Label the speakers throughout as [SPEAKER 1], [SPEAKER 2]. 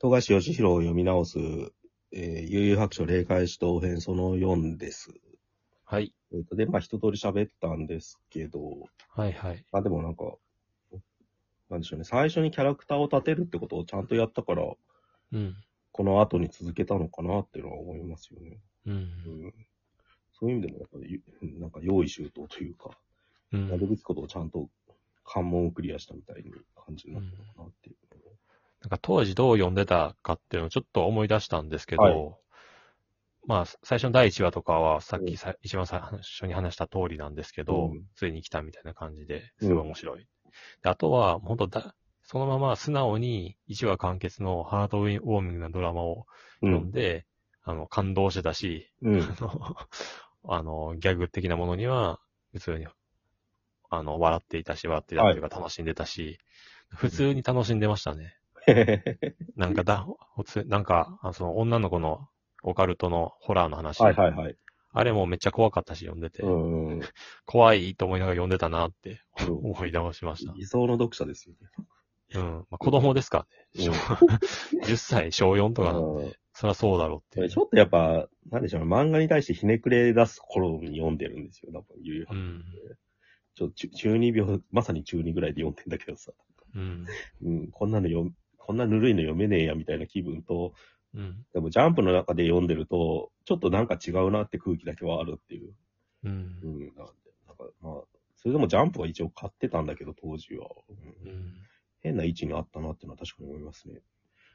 [SPEAKER 1] 富樫義弘を読み直す、えー、悠々白書霊界史同編その4です。
[SPEAKER 2] はい。
[SPEAKER 1] えっ、と、で、まあ、一通り喋ったんですけど、
[SPEAKER 2] はいはい。
[SPEAKER 1] まあ、でもなんか、なんでしょうね、最初にキャラクターを立てるってことをちゃんとやったから、
[SPEAKER 2] うん。
[SPEAKER 1] この後に続けたのかなっていうのは思いますよね。
[SPEAKER 2] う。
[SPEAKER 1] うんん。そういう意味でも、やっぱり、ゆなんか用意周到というか、
[SPEAKER 2] う
[SPEAKER 1] やる
[SPEAKER 2] ん。
[SPEAKER 1] べきことをちゃんと関門をクリアしたみたいに感じになったのかなっていう。
[SPEAKER 2] なんか当時どう読んでたかっていうのをちょっと思い出したんですけど、
[SPEAKER 1] はい
[SPEAKER 2] まあ、最初の第1話とかはさっきさ、一番最初に話した通りなんですけど、
[SPEAKER 1] うん
[SPEAKER 2] ついに来たみたいな感じで、
[SPEAKER 1] うん
[SPEAKER 2] すごい面白い。であとは、本当だ、そのまま素直に1話完結のハートウォーミングなドラマを
[SPEAKER 1] う
[SPEAKER 2] 読ん
[SPEAKER 1] ん。
[SPEAKER 2] で、あの、感動してたし、
[SPEAKER 1] うん。
[SPEAKER 2] あの、あの、ギャグ的なものには、普通に、あの、笑っていたし、笑っていたというか楽しんでたし、普通に楽しんでましたね。なんかだ、普通なんか、あその女の子のオカルトのホラーの話。
[SPEAKER 1] はいはいはい。
[SPEAKER 2] あれもめっちゃ怖かったし、読んでて、
[SPEAKER 1] うんうん。
[SPEAKER 2] 怖いと思いながら読んでたなって
[SPEAKER 1] うん
[SPEAKER 2] 思い直しました。
[SPEAKER 1] 理想の読者ですよね。
[SPEAKER 2] うん。まあ、子供ですからね。
[SPEAKER 1] うん
[SPEAKER 2] 小 10歳、小4とかなん
[SPEAKER 1] うん
[SPEAKER 2] で、そりゃそうだろうっていう。
[SPEAKER 1] ちょっとやっぱ、なんでしょうね、漫画に対してひねくれ出す頃に読んでるんですよ。多分ゆう
[SPEAKER 2] う
[SPEAKER 1] は
[SPEAKER 2] ん。
[SPEAKER 1] ちょ中中二病、まさに中二ぐらいで読んでんだけどさ。
[SPEAKER 2] うん。
[SPEAKER 1] うん、こんなの読む、こんなぬるいの読めねえやみたいな気分と、
[SPEAKER 2] うん。
[SPEAKER 1] でもジャンプの中で読んでると、ちょっとなんか違うなって空気だけはあるっていう。う
[SPEAKER 2] う。
[SPEAKER 1] んん、なんで、なんかまあ、それでもジャンプは一応買ってたんだけど、当時は。うん
[SPEAKER 2] うん。
[SPEAKER 1] 変な位置にあったなっていうのは確かに思いますね。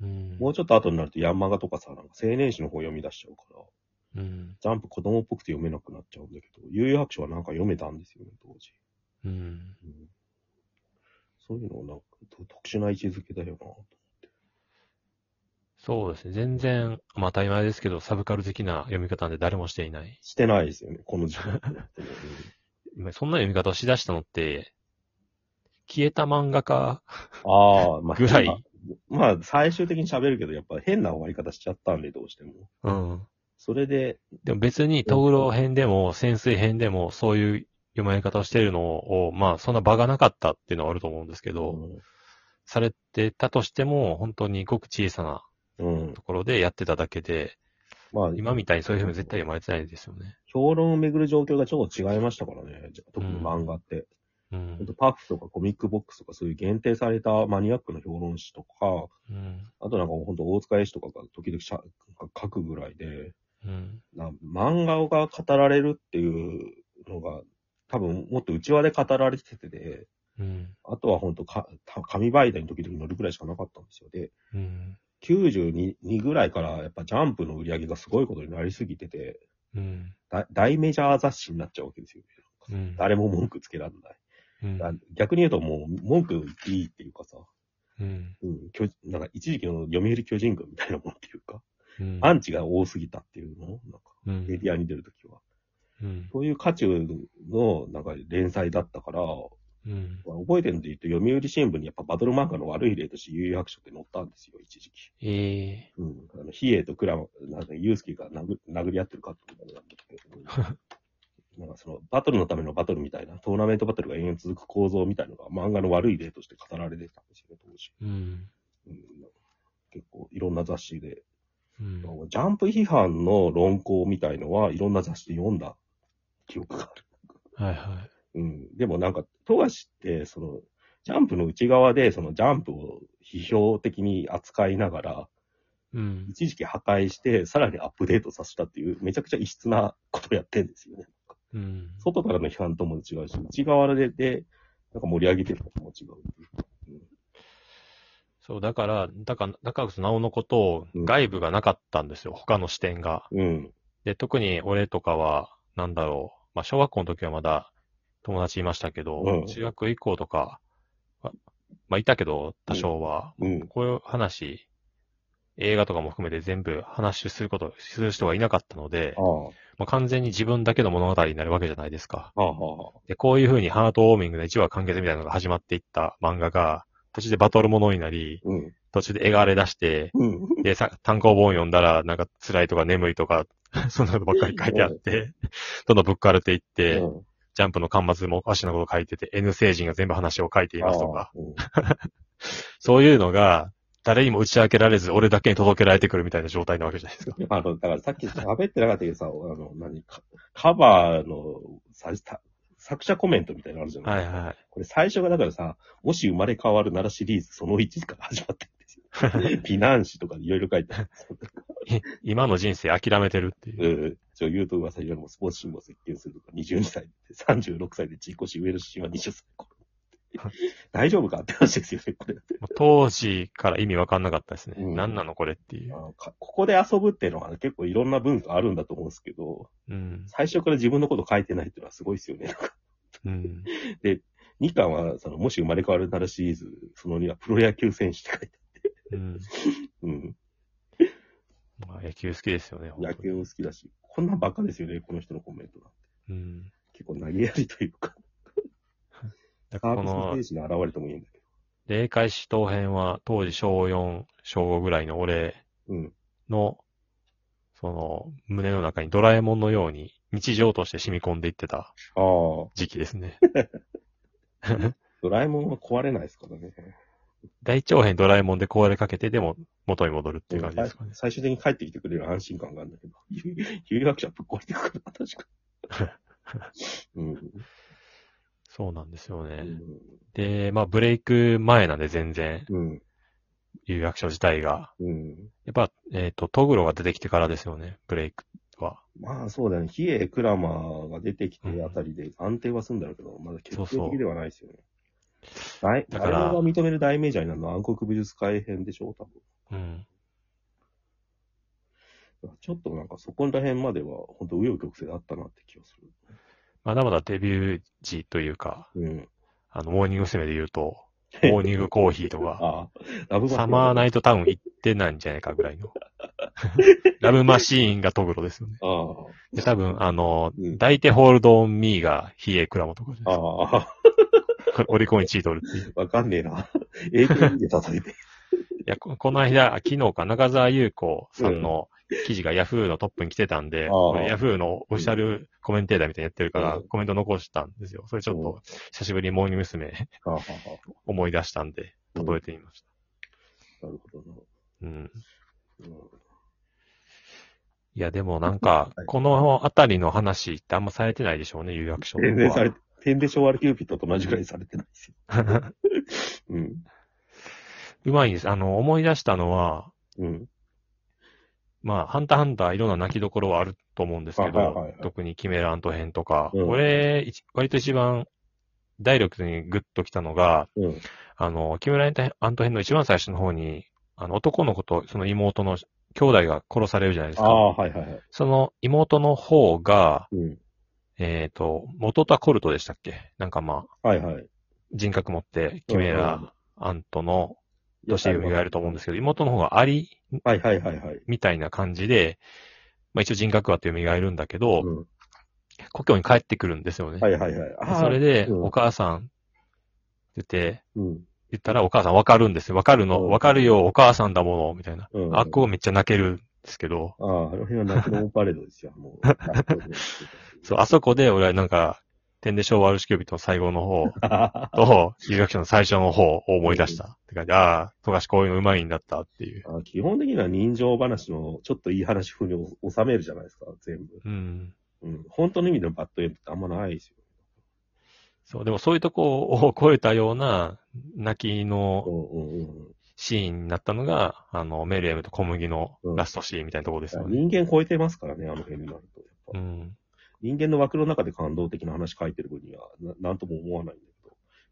[SPEAKER 2] うん。
[SPEAKER 1] もうちょっと後になるとヤンマガとかさ、なんか青年誌の方読み出しちゃうから。
[SPEAKER 2] うん。
[SPEAKER 1] ジャンプ子供っぽくて読めなくなっちゃうんだけど、悠々白書はなんか読めたんですよね、当時。
[SPEAKER 2] うん。
[SPEAKER 1] うん、そういうのをなんかと特殊な位置づけだよなと。
[SPEAKER 2] そうですね。全然、まあ当たり前ですけど、サブカル的な読み方なんで誰もしていない。
[SPEAKER 1] してないですよね、この時代。
[SPEAKER 2] 今そんな読み方をしだしたのって、消えた漫画家、
[SPEAKER 1] ああ、まあ、
[SPEAKER 2] ぐら
[SPEAKER 1] 変
[SPEAKER 2] い
[SPEAKER 1] なまあ、最終的に喋るけど、やっぱ変な終わり方しちゃったんで、どうしても。
[SPEAKER 2] うん。
[SPEAKER 1] それで、
[SPEAKER 2] でも別に、トグロ編でも、潜水編でも、そういう読まれ方をしてるのを、まあそんな場がなかったっていうのはあると思うんですけど、されてたとしても、本当にごく小さな
[SPEAKER 1] うん。うん
[SPEAKER 2] ところでやってただけで、
[SPEAKER 1] まあ、
[SPEAKER 2] 今みたいにそういうふうに絶対読まれてないですよね。
[SPEAKER 1] 評論をめぐる状況がちょっと違いましたからね、じゃあ特に漫画って。
[SPEAKER 2] う
[SPEAKER 1] ほん
[SPEAKER 2] ん
[SPEAKER 1] と。パフとかコミックボックスとか、そういう限定されたマニアックな評論誌とか、
[SPEAKER 2] うん。
[SPEAKER 1] あとなんか本当大塚絵師とかが時々しゃ書くぐらいで、
[SPEAKER 2] うん。
[SPEAKER 1] な漫画が語られるっていうのが、多分もっと内輪で語られてて、
[SPEAKER 2] うん。
[SPEAKER 1] あとは本当か、た紙媒体に時々乗るぐらいしかなかったんですよ。で、
[SPEAKER 2] うん。
[SPEAKER 1] 92ぐらいからやっぱジャンプの売り上げがすごいことになりすぎてて、
[SPEAKER 2] うん。
[SPEAKER 1] だ大メジャー雑誌になっちゃうわけですよ。
[SPEAKER 2] うん。
[SPEAKER 1] 誰も文句つけられない。
[SPEAKER 2] うん
[SPEAKER 1] だ逆に言うともう文句言っていいっていうかさ、
[SPEAKER 2] うん。
[SPEAKER 1] うん、巨なんか一時期の読売巨人軍みたいなもんっていうか、
[SPEAKER 2] うん。
[SPEAKER 1] アンチが多すぎたっていうのなんか
[SPEAKER 2] うん
[SPEAKER 1] メディアに出るときは。
[SPEAKER 2] うん。
[SPEAKER 1] そういう渦中の、なんか連載だったから、
[SPEAKER 2] うん。
[SPEAKER 1] 覚えてるんで言うと、読売新聞にやっぱバトル漫画の悪い例として、悠々白書って載ったんですよ、一時期。
[SPEAKER 2] ええ
[SPEAKER 1] うん。あの、比叡とクラマ、なんか、ユースケが殴殴り合ってるかってことなんだ けど、なんかその、バトルのためのバトルみたいな、トーナメントバトルが延々続く構造みたいのが、漫画の悪い例として語られてたんですよね、当時。
[SPEAKER 2] うん。
[SPEAKER 1] うん。結構、いろんな雑誌で。
[SPEAKER 2] うん。
[SPEAKER 1] ジャンプ批判の論考みたいのは、いろんな雑誌で読んだ記憶がある。
[SPEAKER 2] はいはい。
[SPEAKER 1] うん。でもなんか、富樫って、その、ジャンプの内側で、そのジャンプを批評的に扱いながら、
[SPEAKER 2] うん。
[SPEAKER 1] 一時期破壊して、さらにアップデートさせたっていう、めちゃくちゃ異質なことをやってんですよね。
[SPEAKER 2] うん。
[SPEAKER 1] 外からの批判とも違うし、内側で、で、なんか盛り上げてることも違うっていう。
[SPEAKER 2] そう、だから、だから、だからこそなおのことを
[SPEAKER 1] うん
[SPEAKER 2] 外部がなかったんですよ。他の視点が。
[SPEAKER 1] うん。
[SPEAKER 2] で、特に俺とかは、なんだろう。まあ、小学校の時はまだ友達いましたけど、
[SPEAKER 1] うん
[SPEAKER 2] 中学以降とか、ままあ、いたけど、多少は、
[SPEAKER 1] うん。
[SPEAKER 2] こういう話、映画とかも含めて全部話すること、する人がいなかったので
[SPEAKER 1] あ、あ。
[SPEAKER 2] まあ、完全に自分だけの物語になるわけじゃないですか。
[SPEAKER 1] ああ、はあ。
[SPEAKER 2] で、こういう風にハートウォーミングの1話完結みたいなのが始まっていった漫画が、途中でバトルものになり、
[SPEAKER 1] うん。
[SPEAKER 2] 途中で絵が荒れ出して、
[SPEAKER 1] うん。
[SPEAKER 2] で、さ単行本読んだら、なんか辛いとか眠いとか、 そんなことばっかり書いてあって、どんどんぶっ壊れていって、
[SPEAKER 1] うん
[SPEAKER 2] ジャンプの巻末もおかしなこと書いてて、N 星人が全部話を書いていますとか、
[SPEAKER 1] うん
[SPEAKER 2] そういうのが、誰にも打ち明けられず、俺だけに届けられてくるみたいな状態なわけじゃないですか。
[SPEAKER 1] あの、だからさっき喋ってなかったけどさ、あの、何か、カバーのさた作者コメントみたいなのあるじゃない、
[SPEAKER 2] はいはい。
[SPEAKER 1] これ最初がだからさ、もし生まれ変わるならシリーズその1から始まってるん ですよ。美男子とかいろいろ書いてある。
[SPEAKER 2] 今の人生諦めてるっていう。
[SPEAKER 1] うん女優と噂よりもスポーツ新聞を席巻するとか、22歳、36歳で地位越し、上の出身は20歳。これ大丈夫かって話ですよ ね、これ。
[SPEAKER 2] もう当時から意味わかんなかったですね。
[SPEAKER 1] うん
[SPEAKER 2] 何なのこれっていう。
[SPEAKER 1] あのかここで遊ぶっていうのは結構いろんな文化あるんだと思うんですけど、
[SPEAKER 2] うん。
[SPEAKER 1] 最初から自分のこと書いてないっていうのはすごいですよね。
[SPEAKER 2] うん。
[SPEAKER 1] 2巻は、その、もし生まれ変わるならシリーズ、その2はプロ野球選手って書いて
[SPEAKER 2] うん。
[SPEAKER 1] ある。うん。
[SPEAKER 2] まあ、野球好きですよね、本当
[SPEAKER 1] 野
[SPEAKER 2] に
[SPEAKER 1] 球も好きだし、こんなんばっかですよね、この人のコメントが。
[SPEAKER 2] うん。
[SPEAKER 1] 結構投げやりというか、
[SPEAKER 2] だか
[SPEAKER 1] サ
[SPEAKER 2] ら
[SPEAKER 1] ー
[SPEAKER 2] こ
[SPEAKER 1] ビスの精、神
[SPEAKER 2] の
[SPEAKER 1] が現れてもいいんだけ
[SPEAKER 2] 霊界死闘編は、当時小4、小5ぐらいの俺
[SPEAKER 1] ど。うん。
[SPEAKER 2] の、その、胸の中にドラえもんのように、日常として染み込んでいってた
[SPEAKER 1] ああ。
[SPEAKER 2] 時期です ね。
[SPEAKER 1] ドラえもんは壊れないですからね。
[SPEAKER 2] 大長編ドラえもんで壊れかけて、でも元に戻るっていう感じですかね。
[SPEAKER 1] 最終的に帰ってきてくれる安心感があるんだけど、 有有学者ぶっ壊れてくるな、確 か。うん
[SPEAKER 2] そうなんですよ
[SPEAKER 1] う
[SPEAKER 2] ね。
[SPEAKER 1] ん。
[SPEAKER 2] で、まあ、ブレイク前なんで全然、
[SPEAKER 1] うん。
[SPEAKER 2] 有楽町自体が。
[SPEAKER 1] うん。
[SPEAKER 2] やっぱ、えっ、と、トグロが出てきてからですよね、ブレイクは。
[SPEAKER 1] まあそうだね。ヒエ・クラマーが出てきて
[SPEAKER 2] うん
[SPEAKER 1] あたりで安定はすんだろうけど、まだ決
[SPEAKER 2] そう
[SPEAKER 1] 定
[SPEAKER 2] そう
[SPEAKER 1] 的ではないですよね。大
[SPEAKER 2] だから
[SPEAKER 1] 誰もが認める大メジャーになるのは暗黒美術改編でしょ多
[SPEAKER 2] うん。
[SPEAKER 1] 分。ちょっとなんかそこら辺までは本当紆余曲折あったなって気がする。
[SPEAKER 2] まだまだデビュー時というか、
[SPEAKER 1] うん。
[SPEAKER 2] あの、モーニング娘。で言う と、モーニングコーヒーとか、
[SPEAKER 1] ああ、ラブ
[SPEAKER 2] サマーナ
[SPEAKER 1] イ
[SPEAKER 2] イトタウン行ってないんじゃないかぐら いの。ラブマシーンがトグロですよね。
[SPEAKER 1] あ
[SPEAKER 2] で、多分、あの、
[SPEAKER 1] うん
[SPEAKER 2] 抱いてホールドオンミーがヒエクラマとかじ
[SPEAKER 1] あ、
[SPEAKER 2] ゃない
[SPEAKER 1] ああ、
[SPEAKER 2] ですか。 オリコン1位取るっていう。
[SPEAKER 1] わかんねえな。AKB で叩い て。
[SPEAKER 2] いや、ここの間、昨日か、中澤優子さんの記事が Yahoo のトップに来てたんで、
[SPEAKER 1] あー
[SPEAKER 2] これ Yahoo のオフィシャルコメンテーターみたいにやってるから、
[SPEAKER 1] うん
[SPEAKER 2] コメント残したんですよ。それちょっと、久しぶりにモーニング娘。
[SPEAKER 1] ああ、ああ
[SPEAKER 2] 思い出したんで、届いてみまし
[SPEAKER 1] なるほどな。
[SPEAKER 2] た。うん。
[SPEAKER 1] うん
[SPEAKER 2] いや、でもなんか
[SPEAKER 1] はい、
[SPEAKER 2] このあたりの話ってあんまされてないでしょうね、有楽町
[SPEAKER 1] 全然されて、天で昭和キューピットと同じぐらいされてないで すよ。うん。
[SPEAKER 2] うまいです。あの、思い出したのは、
[SPEAKER 1] うん。
[SPEAKER 2] まあ、ハンターハンターいろんな泣きどころはあると思うんですけど、
[SPEAKER 1] あはいはいはい
[SPEAKER 2] 特にキメラント編とか、
[SPEAKER 1] うん
[SPEAKER 2] 俺、一割と一番、ダイレクトにグッときたのが、
[SPEAKER 1] うん。
[SPEAKER 2] あの、キメラアント編の一番最初の方に、あの、男の子とその妹の兄弟が殺されるじゃないです
[SPEAKER 1] あ
[SPEAKER 2] か。
[SPEAKER 1] あ、はいはいはい。
[SPEAKER 2] その妹の方が、
[SPEAKER 1] うん。
[SPEAKER 2] えっ、と、元田コルトでしたっけなんかまあ、
[SPEAKER 1] はいはい。
[SPEAKER 2] 人格持って、キメラアントの、
[SPEAKER 1] よ
[SPEAKER 2] として言われると思うんですけど、妹の方がアリ
[SPEAKER 1] はいはいはいはい。
[SPEAKER 2] みたいな感じで、まあ一応人格はって蘇るんだけど、
[SPEAKER 1] うん
[SPEAKER 2] 故郷に帰ってくるんですよね。
[SPEAKER 1] はいはいはい。
[SPEAKER 2] でそれで、
[SPEAKER 1] うん
[SPEAKER 2] お母さん、出て、
[SPEAKER 1] うん。
[SPEAKER 2] 言ったらお母さんわかるんですよ。わかる
[SPEAKER 1] う
[SPEAKER 2] の、
[SPEAKER 1] ん
[SPEAKER 2] わかるよ、お母さんだもの、みたいな。
[SPEAKER 1] うん
[SPEAKER 2] あっこがめっちゃ泣けるんですけど、
[SPEAKER 1] ああ、あの辺は夏のオンパレードですよ。も う。
[SPEAKER 2] そう、あそこで俺はなんか、天で昭和ある式人の最後の方
[SPEAKER 1] あ
[SPEAKER 2] と、 有楽町の最初の方を思い出したって感じ。ああ、富樫こういうのうまいんだったっていう。
[SPEAKER 1] あ基本的には人情話のちょっといい話風に収めるじゃないですか、全部。
[SPEAKER 2] うん。
[SPEAKER 1] うん。本当の意味のバッドエンドってあんまないですよ。
[SPEAKER 2] そう、でもそういうとこを 超えたような泣きの
[SPEAKER 1] うんうんうん。
[SPEAKER 2] シーンになったのが、あの、メルエムと小麦の
[SPEAKER 1] うん
[SPEAKER 2] ラストシーンみたいなところですよね。
[SPEAKER 1] 人間超えてますからね、あの辺になると。やっぱ
[SPEAKER 2] うん。
[SPEAKER 1] 人間の枠の中で感動的な話書いてる分には、ななんとも思わないんだ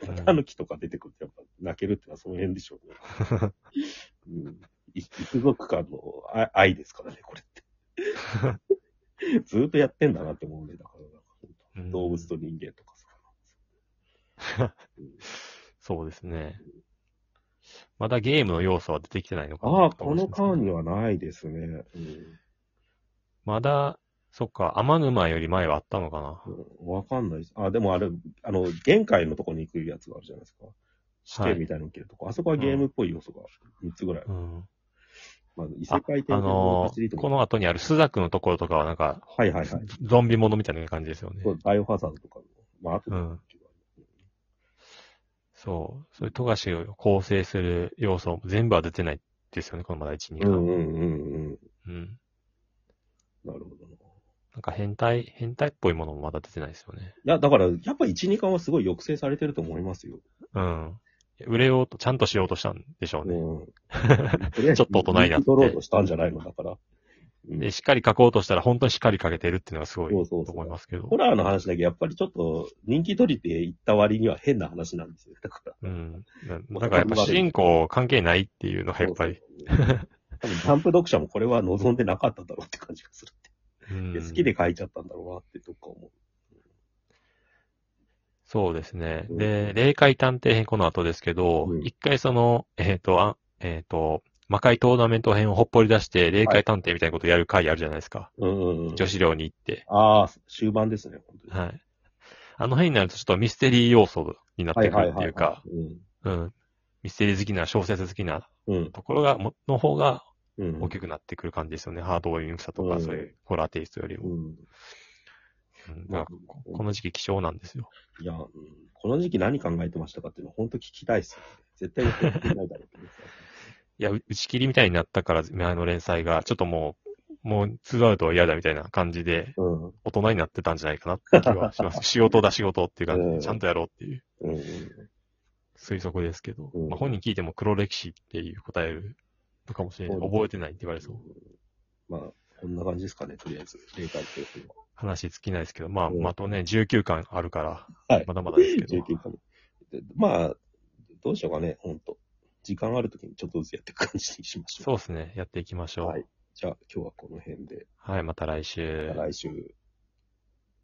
[SPEAKER 1] けど、
[SPEAKER 2] うん
[SPEAKER 1] タヌキとか出てくるとやっぱ泣けるってのはその辺でしょうね。うん、い一族間の愛愛ですからね、これ って。ずっとやってんだなって思うね、だからなんか本
[SPEAKER 2] うん
[SPEAKER 1] 当動物と人間とかさ。
[SPEAKER 2] そうですね。まだゲームの要素は出てきてないのかな。
[SPEAKER 1] ああ、この間にはないですね。うん
[SPEAKER 2] まだ、そっか、天沼より前はあったのかな。
[SPEAKER 1] うんわ、かんないです。あ、でもあれ、あの、玄界のとこに行くやつがあるじゃないですか。試験みたいなの受けるとこ、あそこはゲームっぽい要素が3つぐらい。
[SPEAKER 2] うん。
[SPEAKER 1] まあ、異世界転
[SPEAKER 2] あ
[SPEAKER 1] 生の
[SPEAKER 2] の
[SPEAKER 1] 走り
[SPEAKER 2] ー
[SPEAKER 1] とか
[SPEAKER 2] こ。の後にあるスザクのところとかはなんか、
[SPEAKER 1] はいはいはい。
[SPEAKER 2] ゾンビものみたいな感じですよね
[SPEAKER 1] そ。うバイオハザードとかの。まあ、あと
[SPEAKER 2] うんそう。そういう富樫を構成する要素も全部は出てないですよね、このまだ1、2
[SPEAKER 1] う
[SPEAKER 2] が。
[SPEAKER 1] んうんうんうん。
[SPEAKER 2] うん。
[SPEAKER 1] なるほどな。
[SPEAKER 2] なんか変態、変態っぽいものもまだ出てないですよね。
[SPEAKER 1] いや、だから、やっぱ1、2巻はすごい抑制されてると思いますよ。
[SPEAKER 2] うん。売れようと、ちゃんとしようとしたんでし ょうね。
[SPEAKER 1] うん。とりあえず
[SPEAKER 2] ちょっと大人になって
[SPEAKER 1] 人気取ろうとしたんじゃないのだから。うん
[SPEAKER 2] で、しっかり書こうとしたら、本当にしっかり書けてるっていうのがすごい
[SPEAKER 1] そうそう
[SPEAKER 2] と
[SPEAKER 1] そう
[SPEAKER 2] 思いますけど
[SPEAKER 1] ホ。ラーの話だけやっぱりちょっと人気取りていった割には変な話なんですよ。だから。
[SPEAKER 2] うん。ななんかやっぱ主人公関係ないっていうのがやっぱり。
[SPEAKER 1] そうそうそう。多分ジャンプ読者もこれは望んでなかっただろうって感じがする。
[SPEAKER 2] うん
[SPEAKER 1] で好きで書いちゃったんだろうなってどっか思う。
[SPEAKER 2] そうですね。
[SPEAKER 1] うん
[SPEAKER 2] で、霊界探偵編この後ですけど
[SPEAKER 1] う、ん
[SPEAKER 2] 一、回その、えっ、と、あ、えっ、と、魔界トーナメント編をほっぽり出して、霊界探偵みたいなことやる回あるじゃないですか。
[SPEAKER 1] うんうんうん。
[SPEAKER 2] 女子寮に行って。
[SPEAKER 1] ああ、終盤ですね、本当に。
[SPEAKER 2] はい。あの辺になるとちょっとミステリー要素になってくるっていうか、うん。ミステリー好きな、小説好きな
[SPEAKER 1] うん。うん。
[SPEAKER 2] ところが、もの方が
[SPEAKER 1] うん。
[SPEAKER 2] 大きくなってくる感じですよね。ハードウィングさとか、
[SPEAKER 1] うん
[SPEAKER 2] そういうホラーテイストより
[SPEAKER 1] う
[SPEAKER 2] も。
[SPEAKER 1] ん。
[SPEAKER 2] うん、
[SPEAKER 1] ま
[SPEAKER 2] だ
[SPEAKER 1] あ
[SPEAKER 2] からここの時期希少なんですよ。
[SPEAKER 1] いや、うんこの時期何考えてましたかっていうの本当聞きたいっすよね。絶対言ってないだろうけどさ
[SPEAKER 2] いや、う打ち切りみたいになったから、前の連載が、ちょっともう、もう、ツーアウトは嫌だみたいな感じで、
[SPEAKER 1] うん。うん
[SPEAKER 2] 大人になってたんじゃないかなって気はし ます。仕事だ仕事っていう感じ
[SPEAKER 1] うん
[SPEAKER 2] で、ちゃんとやろうっていう
[SPEAKER 1] うん。
[SPEAKER 2] 推測ですけど、
[SPEAKER 1] うん
[SPEAKER 2] まあ、本人聞いても黒歴史っていう答えるのかもしれない。
[SPEAKER 1] そうです
[SPEAKER 2] 覚えてないって言われそう。
[SPEAKER 1] まあ、こんな感じですかね、とりあえず。霊界っていうのは
[SPEAKER 2] 話尽きないですけど、まあ、
[SPEAKER 1] うん
[SPEAKER 2] まとね、19巻あるから、
[SPEAKER 1] はい
[SPEAKER 2] まだまだですけ ど。
[SPEAKER 1] 19巻でまあ、どうしようかね、本当時間あるときにちょっとずつやっていく感じにしましょう。
[SPEAKER 2] そうですね。やっていきましょう。
[SPEAKER 1] はいじゃあ、今日はこの辺で、
[SPEAKER 2] はい、また来週。
[SPEAKER 1] また来週。